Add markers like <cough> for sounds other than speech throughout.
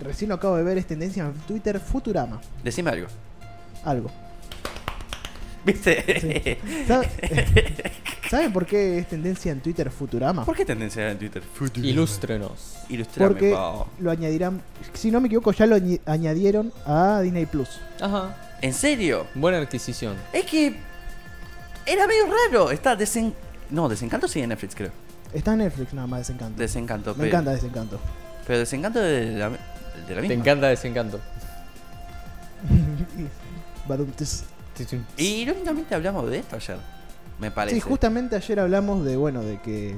Recién lo acabo de ver, es tendencia en Twitter Futurama. Decime algo. Algo. <laughs> ¿Viste? ¿Sabe- <laughs> ¿Saben por qué es tendencia en Twitter Futurama? ¿Por qué tendencia en Twitter? Futurama. Ilústrenos. Ilustrame, Porque Pau. lo añadirán, si no me equivoco, ya lo añ- añadieron a Disney Plus. Ajá. ¿En serio? Buena adquisición. Es que. Era medio raro. Está desen... No, Desencanto sigue en Netflix, creo. Está en Netflix nada más Desencanto. Desencanto, me pero. encanta Desencanto. <laughs> Pero Desencanto de la, de la misma. Te encanta desencanto. Badum, tis. Y irónicamente hablamos de esto ayer. Me parece. sí, justamente ayer hablamos de, bueno, de que eh,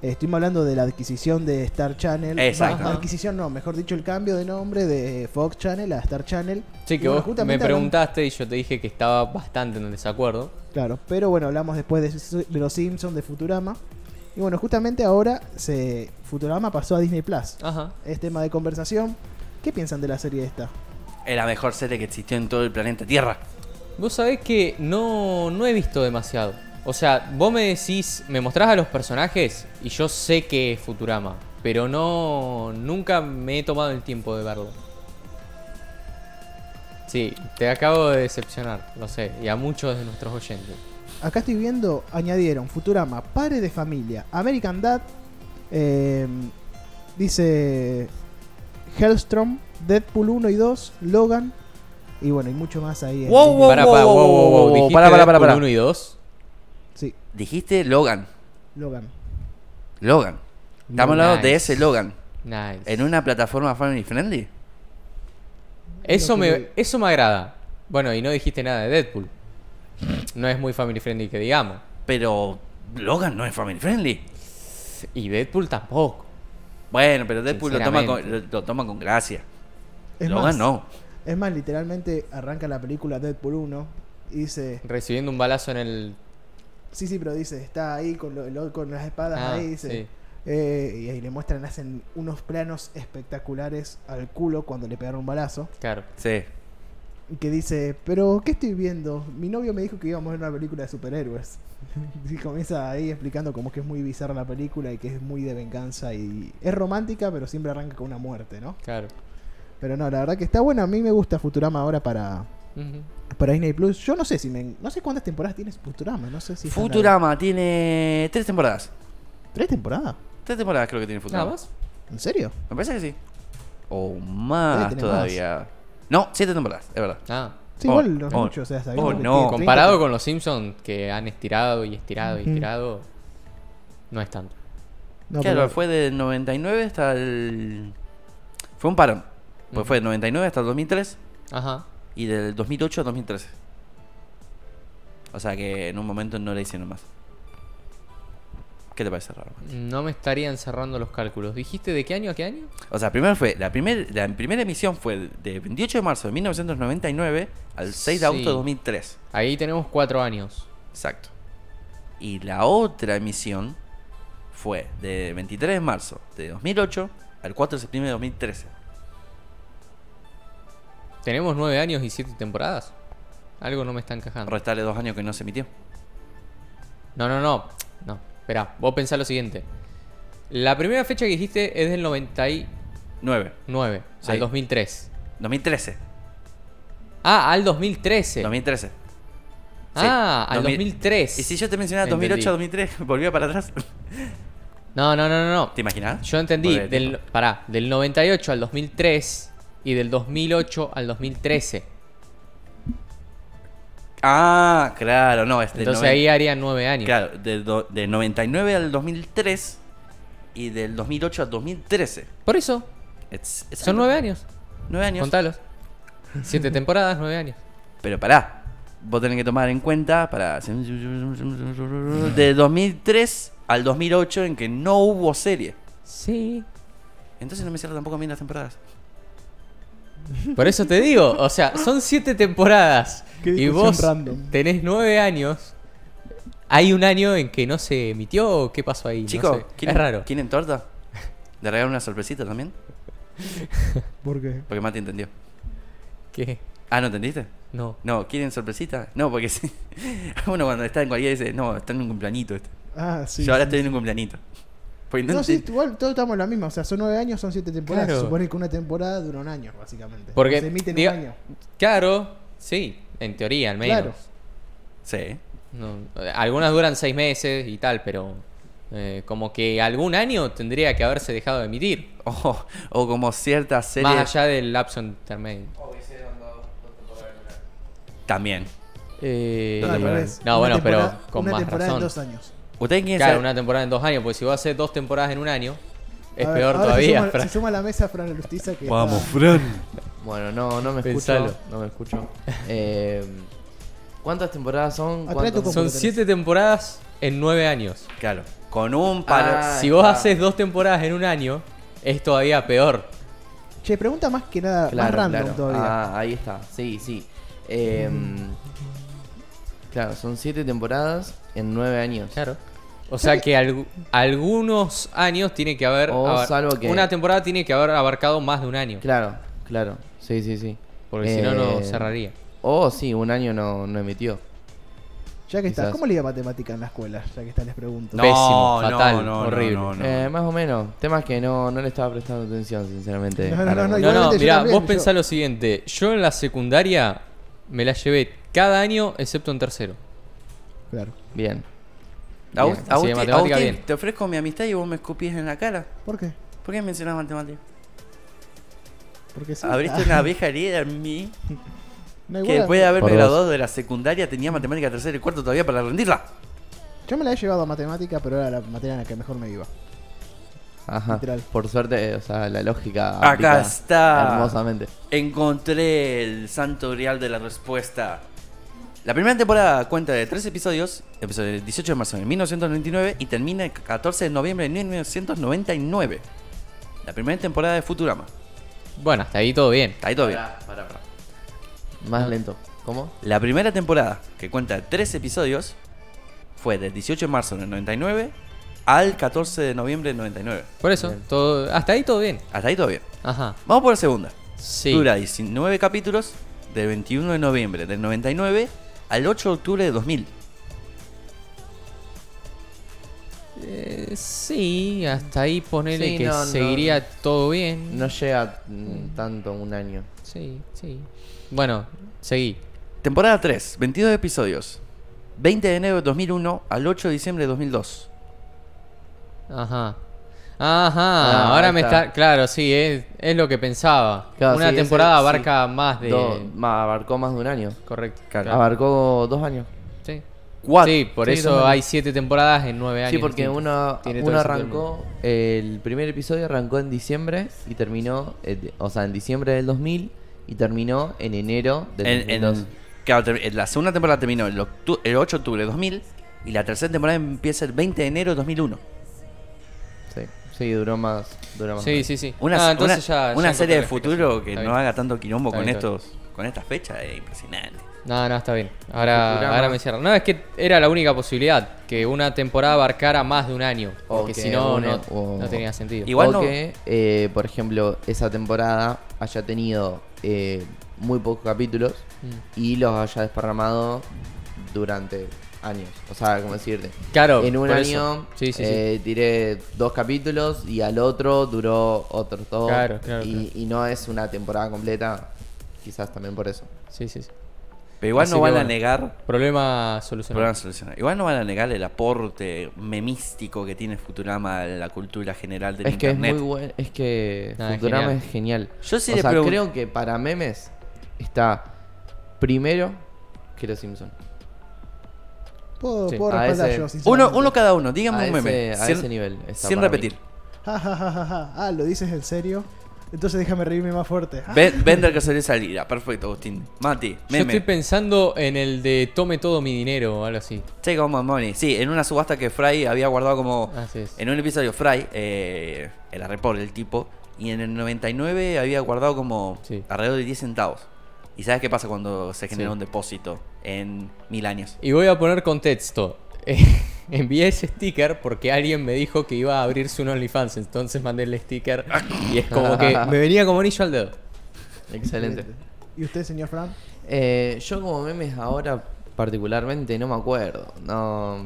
estuvimos hablando de la adquisición de Star Channel. Exacto. Va, adquisición no, mejor dicho, el cambio de nombre de Fox Channel a Star Channel. Sí, que Y bueno, vos me justamente hablamos- preguntaste y yo te dije que estaba bastante en desacuerdo. Claro, pero bueno, hablamos después de, su- de los Simpsons, de Futurama. Y bueno, justamente ahora se Futurama pasó a Disney Plus. Ajá. Es tema de conversación. ¿Qué piensan de la serie esta? Es la mejor serie que existió en todo el planeta Tierra. Vos sabés que no, no he visto demasiado. O sea, vos me decís, me mostrás a los personajes y yo sé que es Futurama, pero no nunca me he tomado el tiempo de verlo. Sí, te acabo de decepcionar, lo sé, y a muchos de nuestros oyentes. Acá estoy viendo, añadieron Futurama, Padre de Familia, American Dad, eh, dice Hellstrom, Deadpool 1 y 2, Logan, y bueno, y mucho más ahí. en Wow, Disney. wow. Pará, pará, wow, wow, wow, ¿dijiste pará, pará, pará, Deadpool pará. uno y dos? Sí, Dijiste Logan. Logan. Logan. Estamos hablando de Nice. ese Logan. Nice. En una plataforma family friendly. Eso Lo que- me, eso me agrada. Bueno, y no dijiste nada de Deadpool. No es muy family friendly que digamos. Pero Logan no es family friendly. Y Deadpool tampoco. Bueno, pero Deadpool lo toma con, lo, Sinceramente. lo toma con gracia. Es Logan más, no. Es más, literalmente arranca la película Deadpool 1 y dice, Recibiendo un balazo en el. sí, sí, pero dice, está ahí con, lo- lo- con las espadas Ah, ahí, dice. sí. eh, y ahí le muestran, hacen unos planos espectaculares al culo cuando le pegaron un balazo. Claro. Sí. Y que dice, pero ¿qué estoy viendo? Mi novio me dijo que íbamos a ver una película de superhéroes. <laughs> Y comienza ahí explicando como que es muy bizarra la película y que es muy de venganza y es romántica, pero siempre arranca con una muerte, ¿no? Claro. Pero no, la verdad que está buena. A mí me gusta Futurama ahora para, Ujú. para Disney Plus. Yo no sé si me, no sé cuántas temporadas tienes Futurama, no sé si están Futurama tiene tres temporadas. al- tres temporadas. Tres temporadas creo que tiene Futurama. Nada más. ¿En serio? Me parece que sí. O más Debe tener todavía. No, siete temporadas, es verdad. Ah. Sí, Oh, igual no es oh, mucho, o sea, oh, sabiendo que no. tiene 30 Comparado con los Simpsons que han estirado y estirado y Ujú. estirado, no es tanto. No, claro, pero- fue del 99 hasta el. Fue un parón. Pues Ujú. fue del 99 hasta el 2003 Ajá. y del 2008 a 2013. O sea que en un momento no le hicieron más. ¿Qué te parece raro? No me estarían cerrando los cálculos. ¿Dijiste de qué año a qué año? O sea, primero fue, la, primer, la primera emisión fue de 28 de marzo de 1999 al 6 de agosto de Sí. 2003. Ahí tenemos cuatro años. Exacto. Y la otra emisión fue de 23 de marzo de 2008 al 4 de septiembre de 2013. Ah. Tenemos nueve años y siete temporadas. Algo no me está encajando. Restarle dos años que no se emitió. No, no, no. No, espera, vos pensás lo siguiente. La primera fecha que dijiste es del 99 9. Sí. al 2003. 2013. Ah, al 2013. 2013. Ah, al 2000. 2003. Y si yo te mencionaba Entendí. 2008 <laughs> 2003, volvía para atrás. No, no, no, no, no. ¿Te imaginas? Yo entendí Volver el del tiempo. pará, del 98 al 2003 y del 2008 al 2013. Ah, claro, no. Es del Entonces noven- ahí harían 9 años. Claro, de, do- de 99 al 2003 y del 2008 al 2013. Por eso Es- es- son 9 años. Nueve años. Contalos. 7 temporadas, 9 años. Pero pará, vos tenés que tomar en cuenta para de 2003 al 2008 en que no hubo serie. Sí. Entonces no me cierro tampoco a mí las temporadas. Por eso te digo, o sea, son siete temporadas Qué y discusión vos random. tenés nueve años. Hay un año en que no se emitió, ¿o ¿qué pasó ahí? No Chicos, sé. es ¿quieren, raro. ¿quieren torta? ¿De regalar una sorpresita también? ¿Por qué? Porque Mati entendió. ¿Qué? Ah, ¿no entendiste? No. No, ¿quieren sorpresita? No, porque sí. <laughs> Uno cuando está en cualquiera dice, no, está en un cumplanito este. Ah, sí. Yo ahora sí. estoy en un cumplanito. Porque no No, sí, enti- igual todos estamos en la misma. O sea, son nueve años, son siete temporadas. Claro. Se supone que una temporada dura un año, básicamente. Porque, se emite en diga- un año. Claro, sí, en teoría al menos. Claro. Sí. No, eh, algunas duran seis meses y tal, pero eh, como que algún año tendría que haberse dejado de emitir. O, Oh, o como ciertas series. Más allá del lapso intermedio. También. Eh, No, al revés. no, Una bueno, pero temporada- con una más temporada razón. en dos años. ¿Ustedes quieren Claro, saber? una temporada en dos años, porque si vos haces dos temporadas en un año, es A ver, peor ahora todavía. Se suma, Fran. se suma a la mesa Fran Alustiza que Vamos, Ah. está- Fran. Bueno, no, no me Pensalo. escucho. No me escucho. Eh, ¿Cuántas temporadas son? Atrae tu ¿Cuántos- ¿Cómo Son lo tenés? siete temporadas en nueve años. Claro. Con un palo. Ah, si vos está. haces dos temporadas en un año, es todavía peor. Che, pregunta más que nada, más Claro, random claro. todavía. Ah, ahí está. Sí, sí. Eh, claro, son siete temporadas en nueve años. Claro. O sea que algu- algunos años tiene que haber. O abar- salvo que- Una temporada tiene que haber abarcado más de un año. Claro, claro. Sí, sí, sí. Porque si no, no Eh, cerraría. Oh, sí, un año no, no emitió. Ya que está, quizás. ¿cómo le iba matemática en la escuela? Ya que está, les pregunto. No, Pésimo, no, fatal, no, no, horrible. no, no. Eh, más o menos. Temas que no, no le estaba prestando atención, sinceramente. No, no, no, no, Ahora- igual- No, no, igualmente yo mira, también, vos yo- pensá lo siguiente. Yo en la secundaria me la llevé cada año, excepto en tercero. Claro. Bien. Agust- Bien, así de Agustín, matemática, Agustín, bien. te ofrezco mi amistad y vos me escupís en la cara. ¿Por qué? ¿Por qué mencionás matemáticas? Porque sí. Abriste Ah, una vieja herida en <laughs> mí <laughs> no, que igual- después de haberme Por dos. graduado de la secundaria tenía matemática tercera y cuarto todavía para rendirla. Yo me la he llevado a matemática, pero era la materia en la que mejor me iba. Ajá. Literal. Por suerte, o sea, la lógica. Acá aplica está. Hermosamente. Encontré el santo grial de la respuesta. La primera temporada cuenta de tres episodios, empezó el 18 de marzo de 1999 y termina el 14 de noviembre de 1999. La primera temporada de Futurama. Bueno, hasta ahí todo bien. Está ahí todo bien. Más lento. ¿Cómo? La primera temporada, que cuenta de tres episodios, fue del 18 de marzo del 99 al 14 de noviembre del 99. Por eso, todo, hasta ahí todo bien. Hasta ahí todo bien. Ajá. Vamos por la segunda. Sí. Dura 19 capítulos del 21 de noviembre del 99 al 8 de octubre de 2000. Eh, sí, hasta ahí ponele Sí, que no, no. seguiría todo bien. No llega mm, tanto un año. Sí, sí. Bueno, seguí. Temporada 3, 22 episodios. 20 de enero de 2001 al 8 de diciembre de 2002. Ajá. Ajá, ahora Ah, ahí me está. está. Claro, sí, es, es lo que pensaba. Claro, Una sí, ese- temporada sí. abarca más de. Do- ma- abarcó más de un año. Correcto. Claro. Abarcó dos años. Sí. Cuatro. Sí, por Sí, dos eso años. hay siete temporadas en nueve años. Sí, porque distintos. uno, Tiene uno todo ese arrancó, el primer episodio arrancó en diciembre y terminó, eh, de- o sea, en diciembre del 2000 y terminó en enero del En- en- 2002. claro, ter- en la segunda temporada terminó el, octu- el 8 de octubre de 2000 y la tercera temporada empieza el 20 de enero de 2001. Sí, sí, duró más. Duró más Sí, sí, sí. Una, Ah, una- entonces ya- ya una encontré serie de la futuro explicación. que Está no bien. haga tanto quilombo Está con bien, está estos con estas fechas es impresionante. No, no, está bien. Ahora, Futurama. ahora me cierran. No, es que era la única posibilidad que una temporada abarcara más de un año. O Porque que si no, una- no, o- no tenía sentido. Igual o no- que, eh, por ejemplo, esa temporada haya tenido eh, muy pocos capítulos Mm. y los haya desparramado durante años. O sea, como decirte. Claro, En un por año eso. Sí, sí, sí. eh, tiré dos capítulos y al otro duró otros dos. Claro, claro, y, claro. y no es una temporada completa, quizás también por eso. Sí, sí, sí. Pero igual Así no que van a bueno. negar Problema solucionado. Programa solucionado. Igual no van a negar el aporte memístico que tiene Futurama a la cultura general del Es que es internet. muy bueno, es que Nada, es Futurama genial. es genial. Yo sí o le sea, pregun- creo que para memes está primero que los Simpsons. Puedo, Sí, puedo a respaldar ese- yo, uno, sinceramente. uno cada uno, díganme A un meme. ese, a sin ese nivel. está sin para mí. repetir. Ja, ja, ja, ja, ja. Ah, ¿lo dices en serio? Entonces déjame reírme más fuerte. Ah, Ve- Vender que salió salida. Perfecto, Agustín. Mati, Yo estoy meme. pensando en el de tome todo mi dinero o algo así. Take all my money. Sí, en una subasta que Fry había guardado como. Así es. Oh. En un episodio, Fry eh, era report el tipo. Y en el 99 había guardado como Sí. alrededor de 10 centavos. ¿Y sabes qué pasa cuando se genera Sí. un depósito en mil años? Y voy a poner contexto. Eh, <laughs> Envié ese sticker porque alguien me dijo que iba a abrirse un OnlyFans, entonces mandé el sticker y es como <laughs> que me venía como anillo al dedo. Excelente. ¿Y usted, señor Fran? Eh, yo como memes ahora particularmente no me acuerdo. No,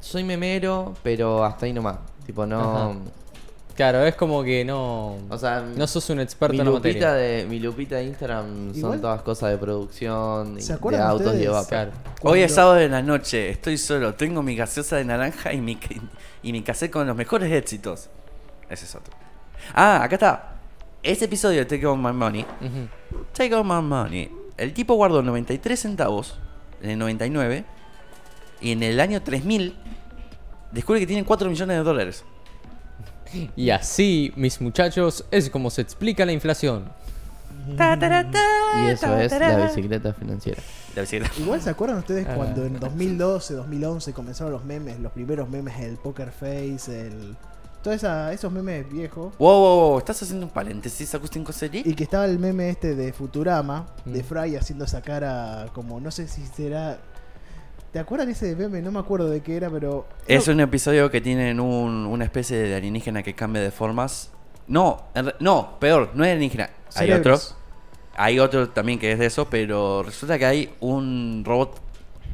soy memero, pero hasta ahí nomás. Tipo, no. Ajá. Claro, es como que no. O sea, no sos un experto mi, en la lupita materia. de, mi lupita de Instagram Igual- son todas cosas de producción, y ¿Se de acuerdan autos y de ustedes? vapor. Claro. Hoy es Cuando- sábado de la noche, estoy solo, tengo mi gaseosa de naranja y mi, ca- y mi cassette con los mejores éxitos. Ese es otro. Ah, acá está. Ese episodio de Take Out My Money. Ujú. Take Out My Money. El tipo guardó 93 centavos en el 99 y en el año 3000 descubre que tiene 4 millones de dólares. Y así, mis muchachos, es como se explica la inflación. Y Ah, eso es la bicicleta financiera. La bicicleta. Igual se acuerdan ustedes Ah. cuando en 2012, 2011 comenzaron los memes, los primeros memes, el Poker Face, el. Todos esa- esos memes viejos. Wow, wow, wow, ¿estás haciendo un paréntesis, Agustín Coselli? Y que estaba el meme este de Futurama, de Mm. Fry haciendo esa cara como no sé si será. ¿Te acuerdan ese meme? No me acuerdo de qué era, pero. Es un episodio que tienen un- una especie de alienígena que cambia de formas. No, en re- no, peor, no es alienígena. Hay otro. Cerebros. Hay otro también que es de eso, pero resulta que hay un robot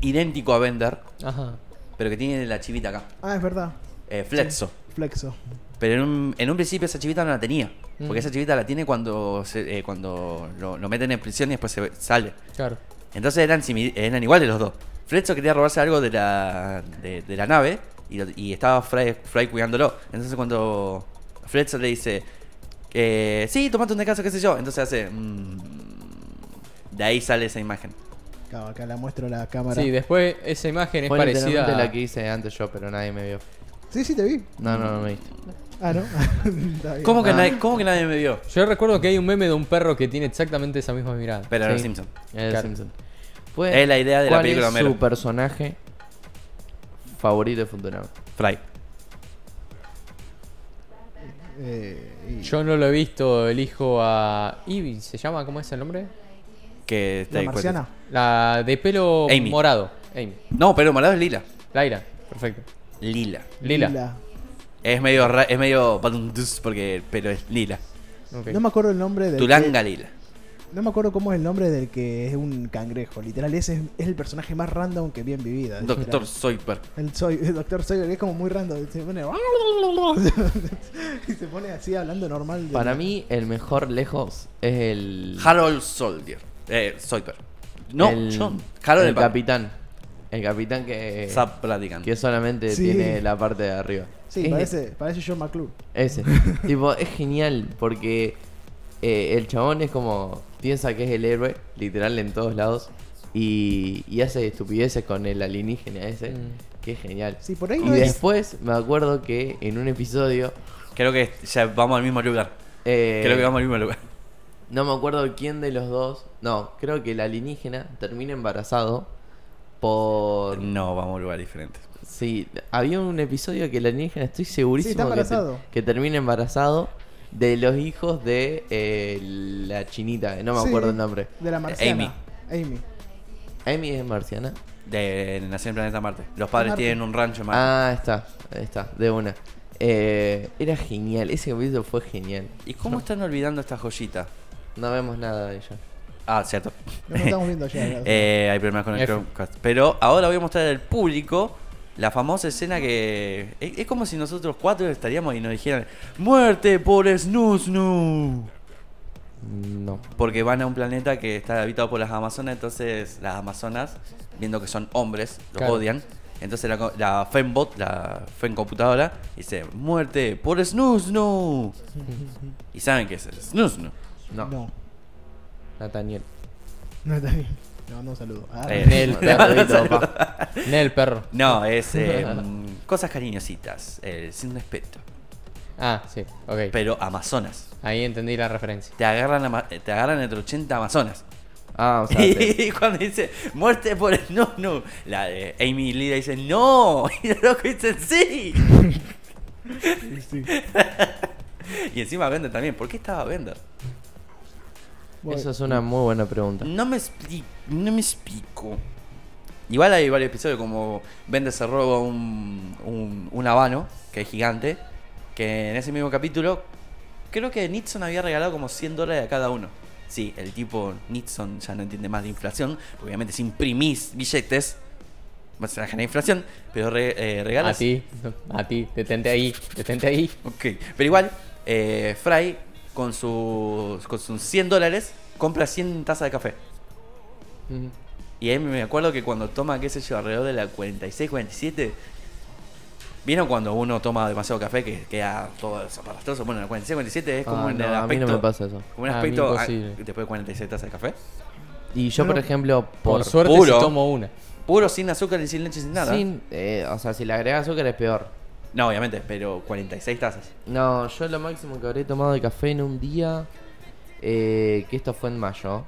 idéntico a Bender, Ajá. pero que tiene la chivita acá. Ah, es verdad. eh, Flexo. Flexo. Pero en un, en un principio esa chivita no la tenía. Porque Mm. esa chivita la tiene cuando se- eh, cuando lo, lo meten en prisión y después se ve- sale. Claro. Entonces eran, simi- eran iguales los dos. Fletcho quería robarse algo de la, de, de la nave y, lo- y estaba Fry, Fry cuidándolo. Entonces cuando Fletcho le dice, eh, sí, tomate un descanso, qué sé yo. Entonces hace... "Mm". de ahí sale esa imagen. Acá, acá la muestro a la cámara. Sí, después esa imagen es Fue parecida. literalmente la que hice antes yo, pero nadie me vio. sí, sí, te vi. No, no, no me viste. Ah, no. <laughs> Está bien. ¿Cómo que, Ah. nadie, cómo que nadie me vio? Yo recuerdo que hay un meme de un perro que tiene exactamente esa misma mirada. Pero era Sí. Simpson. Es, Claro. Simpson. Fue- Es la idea de la ¿cuál película es Homero. su personaje favorito de Futurama? Fry. Eh, y- Yo no lo he visto, elijo a. Ivy, ¿se llama? ¿Cómo es el nombre? Que La te- marciana. La de pelo Amy. morado. Amy. No, pero Morado es lila. Laira, perfecto. Lila. Lila. Es medio, ra- es medio badundus porque el pelo es lila. Ok. No me acuerdo el nombre del. que- Tulanga lila. No me acuerdo cómo es el nombre del que es un cangrejo. Literal, ese es, es el personaje más random que bien vivida. Doctor literal. Soyper. El, soy, el Doctor Sawyer que es como muy random. Se pone. <laughs> y se pone así hablando normal. de- Para mí, el mejor lejos es el. Harold Soldier. Eh, Soyper. No, el- John. Harold el el, Eh, capitán. capitán. El capitán que. Zap Bradigan. Que solamente Sí. tiene la parte de arriba. Sí, Es- parece, parece John McClure. <laughs> Ese. tipo, es genial porque eh, el chabón es como. Piensa que es el héroe, literal, en todos lados. Y, y hace estupideces con el alienígena ese. Mm. Que es genial. Sí, por ahí y no es- después me acuerdo que en un episodio. Creo que ya vamos al mismo lugar. eh, Creo que vamos al mismo lugar. No me acuerdo quién de los dos. No, creo que el alienígena termina embarazado <laughs> por. No, vamos a un lugar diferente. Sí, había un episodio que el alienígena estoy segurísimo Sí, está que te- embarazado. que, termina embarazado de los hijos de eh, la chinita, eh, no me Sí. acuerdo el nombre. De la marciana. Amy. Amy. Amy es marciana. De Nación Planeta Marte. Los padres Marte. tienen un rancho en Marte. Ah, está, está, de una. Eh, era genial, ese capítulo fue genial. ¿Y cómo están olvidando esta joyita? No vemos nada de ella. Ah, cierto. No nos estamos viendo <laughs> ayer. Eh, hay problemas con el F. Chromecast. Pero ahora voy a mostrar al público la famosa escena que. Es, es como si nosotros cuatro estaríamos y nos dijeran: ¡Muerte por Snusnu! No. Porque van a un planeta que está habitado por las Amazonas, entonces las Amazonas, viendo que son hombres, los Claro. odian. Entonces la, co- la Fembot, la Femcomputadora, dice: ¡Muerte por <laughs> Snusnu! y saben que es el Snusnu. No, No. Nathaniel. No está bien. No, no saludo. Ah, Eh. <laughs> Nel, Perrito, perro. pa. Nel, perro. No, es eh, <laughs> mm, cosas cariñositas, eh, sin respeto. Ah, sí, ok. Pero Amazonas. Ahí entendí la referencia. te agarran, ama- te agarran entre 80 amazonas. Ah, o <laughs> sea, te- Y <laughs> cuando dice, muerte por el no, no, la de Amy Lida dice, no, <laughs> y los locos dicen, sí. <laughs> sí. Y encima Bender también, ¿por qué estaba Bender? Bueno, eso es una muy buena pregunta. No me, expli- no me explico. Igual hay varios episodios como Bender se roba un, un, un habano, que es gigante, que en ese mismo capítulo creo que Nixon había regalado como 100 dólares a cada uno. Sí, el tipo Nixon ya no entiende más de inflación, obviamente si imprimís billetes, vas a generar inflación, pero re- eh, regalas. A ti, a ti, detente ahí, detente ahí. Ok, pero igual, eh, Fry con sus, con sus 100 dólares compra 100 tazas de café. Mm. Y ahí me acuerdo que cuando toma, qué sé yo, alrededor de la 46, 47. ¿Vieron cuando uno toma demasiado café que queda todo desaparastoso? Bueno, la 46, 47 es como Ah, un no, aspecto. a mí no me pasa eso. Como un A mí aspecto. ah, imposible. después de 46 tazas de café. Y yo, No, por no. ejemplo, Por, por, suerte puro. si tomo una. Puro, sin azúcar y sin leche, sin nada. sin- eh, o sea, si le agregas azúcar es peor. No, obviamente, pero 46 tazas. No, yo lo máximo que habré tomado de café en un día, eh, que esto fue en mayo,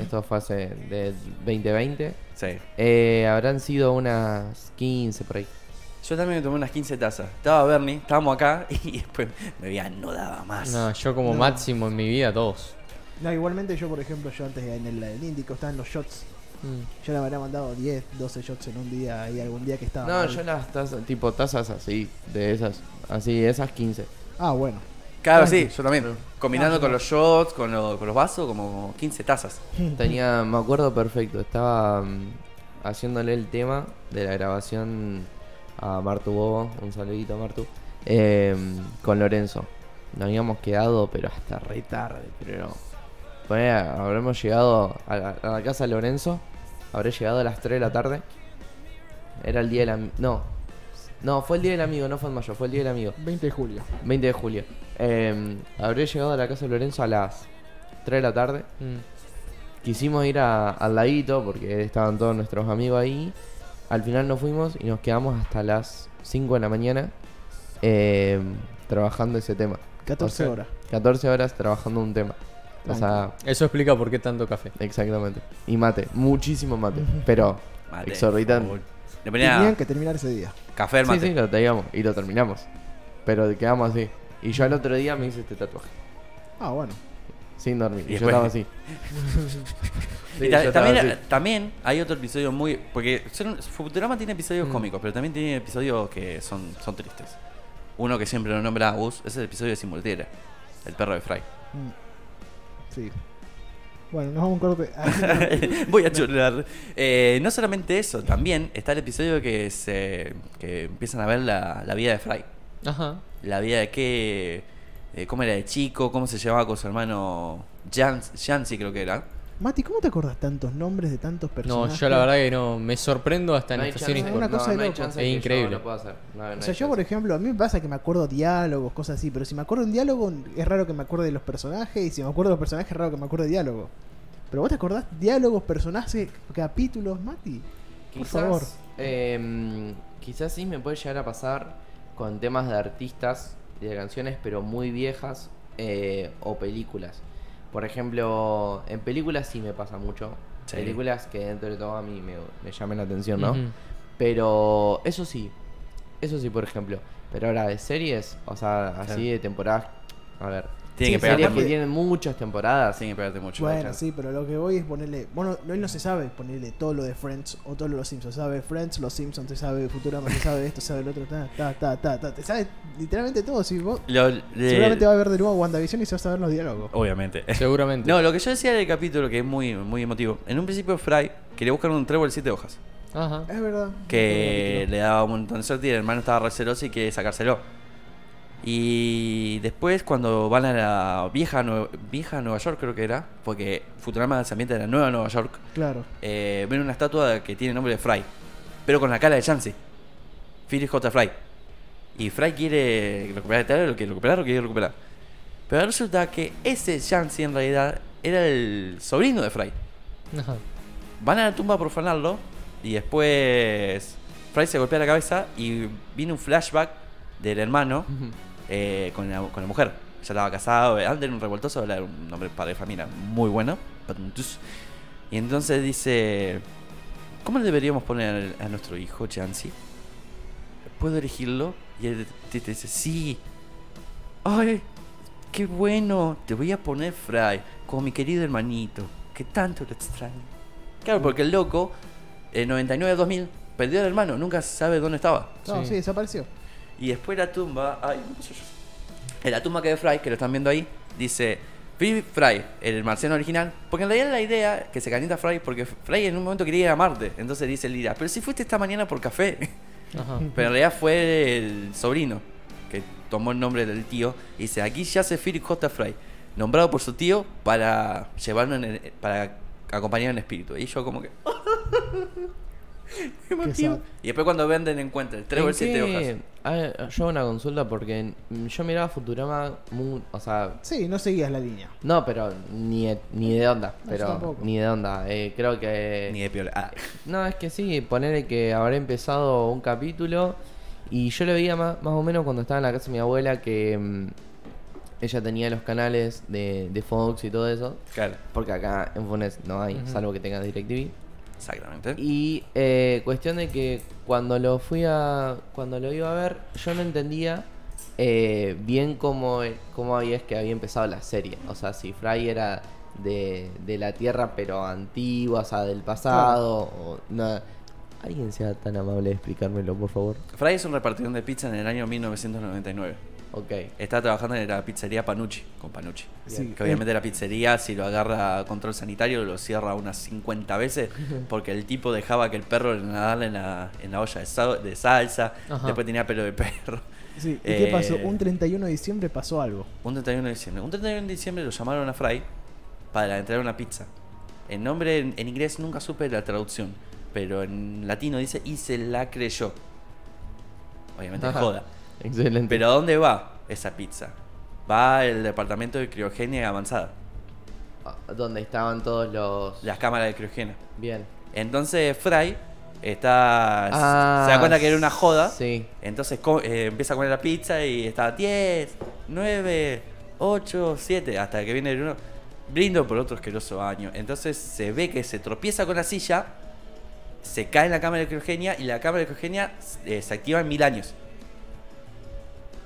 esto fue hace de 2020, Sí. eh, habrán sido unas 15 por ahí. Yo también me tomé unas 15 tazas. Estaba Bernie, estábamos acá <laughs> y después me veía, no daba más. No, yo como No. máximo en mi vida dos. No, igualmente yo, por ejemplo, yo antes en el, el Índico estaban los shots. Yo le habría mandado 10, 12 shots en un día y algún día que estaba. No, Ah, mal. yo las tazas, tipo tazas así, de esas, así, esas 15. Ah, bueno. Claro, sí, Tranqui. yo también. Combinando con los shots, con, lo- con los vasos, como 15 tazas. Tenía, me acuerdo perfecto, estaba mm, haciéndole el tema de la grabación a Martu Bobo, un saludito Martu, eh, con Lorenzo. Nos habíamos quedado, pero hasta re tarde, pero no. Poné, habremos llegado a la, a la casa de Lorenzo, habré llegado a las 3 de la tarde. Era el día del amigo, no, no, fue el día del amigo, no fue en mayo, fue el día del amigo. 20 de julio. 20 de julio. Eh, habré llegado a la casa de Lorenzo a las 3 de la tarde. Mm. Quisimos ir a- al laguito porque estaban todos nuestros amigos ahí. Al final nos fuimos y nos quedamos hasta las 5 de la mañana eh, trabajando ese tema. 14 O sea, horas. 14 horas trabajando un tema. O sea, Eso explica por qué tanto café. exactamente. Y mate, muchísimo mate. Pero Mate, exorbitante. full. Le Tenían ponía que terminar ese día. café al Sí, mate. sí, lo teníamos y lo terminamos. Pero quedamos así. Y yo al otro día me hice este tatuaje. Ah, bueno. Sin dormir. Y Y, yo después- <laughs> estaba así. Sí, Y ta- yo estaba también, así. también hay otro episodio muy. Porque son- Futurama tiene episodios Mm. cómicos, pero también tiene episodios que son, son tristes. Uno que siempre lo nombra Gus es el episodio de Simultiera, el perro de Fry. <laughs> Mm. Sí. Bueno, nos vamos a un corte. Voy a churrar. Eh, no solamente eso, también está el episodio que, se, que empiezan a ver la, la vida de Fry. Ajá. La vida de qué. eh, cómo era de chico, cómo se llevaba con su hermano Jans- Jansi, creo que era. Mati, ¿cómo te acordás tantos nombres de tantos No, personajes? yo la verdad que no. Me sorprendo hasta en No hay estación chance, es y- una no, cosa de no hay loco. chance Es que yo increíble. lo pueda hacer. No, no O hay sea, yo chance. por ejemplo, a mí me pasa que me acuerdo diálogos, cosas así, pero si me acuerdo un diálogo, es raro que me acuerde de los personajes, y si me acuerdo de los personajes, es raro que me acuerde de diálogo. Pero vos te acordás diálogos, personajes, capítulos, Mati. Por Quizás, favor. em, quizás sí me puede llegar a pasar con temas de artistas y de canciones, pero muy viejas eh, o películas. Por ejemplo, en películas sí me pasa mucho. Sí. Películas que dentro de todo a mí me, me llamen la atención, ¿no? Ujú. Pero eso sí, eso sí, por ejemplo. Pero ahora de series, o sea, así Claro. de temporadas, a ver. Tiene Sí, que series pegarte que aparte- mucho. tienen muchas temporadas. Tiene que pegarte mucho. Bueno, sí, pero lo que voy es ponerle. Bueno, hoy no se sabe ponerle todo lo de Friends o todo lo de los Simpsons. Se sabe Friends, los Simpsons, se sabe Futurama, se sabe esto, se sabe el otro, ta, ta, ta, ta, ta. Te sabes literalmente todo. Si vos, Lo- de- seguramente va a ver de nuevo WandaVision y se va a saber los diálogos. Obviamente. Seguramente. No, lo que yo decía del capítulo, que es muy, muy emotivo. En un principio, Fry quería buscar un trébol de siete hojas. Ajá. Es verdad. Que le daba un montón de suerte y el hermano estaba re celoso y quiere sacárselo. Y después, cuando van a la vieja, Nue- vieja Nueva York, creo que era, porque Futurama se ambienta en la nueva Nueva York, Claro. eh, ven una estatua que tiene el nombre de Fry, pero con la cara de Chansey. Phyllis J. Fry. Y Fry quiere recuperar el tablero, lo quiere recuperar, lo quiere recuperar. Pero resulta que ese Chansey en realidad era el sobrino de Fry. Ajá. Van a la tumba a profanarlo y después Fry se golpea la cabeza y viene un flashback del hermano eh, con, la, con la mujer. Ya estaba casado, eh, antes era un revoltoso, era un hombre padre de familia muy bueno. Y entonces dice, ¿cómo le deberíamos poner a nuestro hijo, Chansey? ¿Puedo elegirlo? Y él te, te dice, sí. ¡Ay! ¡Qué bueno! Te voy a poner Fry, como mi querido hermanito, que tanto lo extraño. Claro, porque el loco, en 99-2000, perdió al hermano, nunca se sabe dónde estaba. No, Sí. sí, desapareció. Y después la tumba. Ay, en la tumba que ve Fry, que lo están viendo ahí, dice: Phoebe Fry, el marciano original, porque en realidad la idea que se calienta Fry, porque Fry en un momento quería ir a Marte, entonces dice Lira, pero si fuiste esta mañana por café, <laughs> Ajá. pero en realidad fue el sobrino que tomó el nombre del tío y dice, aquí yace Philip Costa Fry, nombrado por su tío para llevarlo en el- para acompañar en espíritu. Y yo como que... Emotivo. sad. y después cuando venden encuentran tres ¿En versículos de qué- hojas. Ah, yo hago una consulta porque mm, yo miraba Futurama, mu- o sea, Sí, no seguías la línea. no, pero ni, e, ni de onda, No, yo pero tampoco. ni de onda. Eh, creo que Ni de piola. Ah, No, es que sí, ponerle que habré empezado un capítulo y yo lo veía más, más o menos cuando estaba en la casa de mi abuela que mm, ella tenía los canales de, de Fox y todo eso, claro, porque acá en Funes no hay, salvo que tengas DirecTV. exactamente. Y eh, cuestión de que cuando lo fui a. cuando lo iba a ver, yo no entendía eh, bien cómo, cómo había es que había empezado la serie. O sea, si Fry era de, de la Tierra pero antigua, o sea, del pasado. o no- ¿Alguien sea tan amable de explicármelo, por favor? Fry es un repartidor de pizza en el año 1999. Ok. Estaba trabajando en la pizzería Panucci, con Panucci. Sí, que obviamente la pizzería, si lo agarra control sanitario, lo cierra unas 50 veces, porque el tipo dejaba que el perro le nadara en la, en la olla de, sa- de salsa, Ajá. después tenía pelo de perro. Sí, ¿Y qué pasó? Eh, Un 31 de diciembre pasó algo. Un 31 de diciembre. Un 31 de diciembre lo llamaron a Fry para entregar una pizza. El nombre en, en inglés nunca supe la traducción, pero en latino dice y se la creyó. Obviamente Ajá. joda. Excelente. Pero ¿a dónde va esa pizza? Va al departamento de criogenia avanzada, Ah, Donde estaban todos los. las cámaras de criogenia. Bien. Entonces Fry está Ah, se da cuenta que era una joda. Sí. Entonces co- eh, empieza a comer la pizza y está 10, 9, 8, 7, hasta que viene el uno. Brindo por otro asqueroso año. Entonces se ve que se tropieza con la silla, se cae en la cámara de criogenia y la cámara de criogenia eh, se activa en mil años.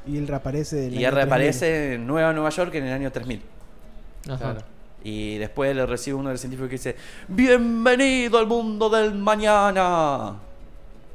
Y él reaparece del Y año ya reaparece en Nueva Nueva York en el año 3000. Ajá. Claro. Y después le recibe uno del científico que dice, bienvenido al mundo del mañana.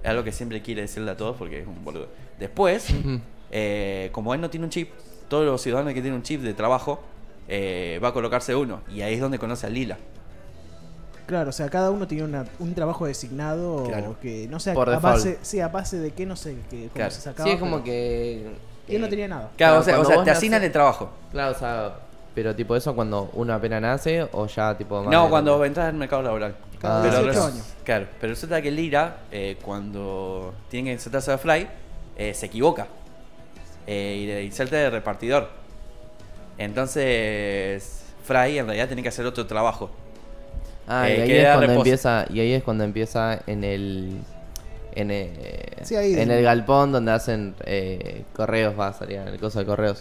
Es algo que siempre quiere decirle a todos porque es un boludo. Después, Mm. eh, como él no tiene un chip, todos los ciudadanos que tienen un chip de trabajo, eh, va a colocarse uno. Y ahí es donde conoce a Lila. 3000. Claro, o sea, cada uno tenía una- un trabajo designado Claro. que no sé Por a default. base, sí, a base de qué no sé que cómo Claro. se Sí, sacaba. es pero- como que. Él no eh, tenía nada. Claro, o Claro, sea, o cuando sea, vos te asignan nacés- el trabajo. Claro, o sea, pero tipo eso cuando uno apenas nace o ya tipo... más No, grande. cuando entras al mercado laboral. Cada pero 18 res- años. Claro, pero resulta que Lira, eh, cuando tiene que insertarse a Fly, eh, se equivoca. Eh, y le inserta de repartidor. Entonces, Fry en realidad tiene que hacer otro trabajo. Ah, eh, y ahí queda es cuando reposo. empieza, y ahí es cuando empieza en el... En el, Sí, ahí en de- eh, el galpón donde hacen eh, correos, va a salir el coso de correos.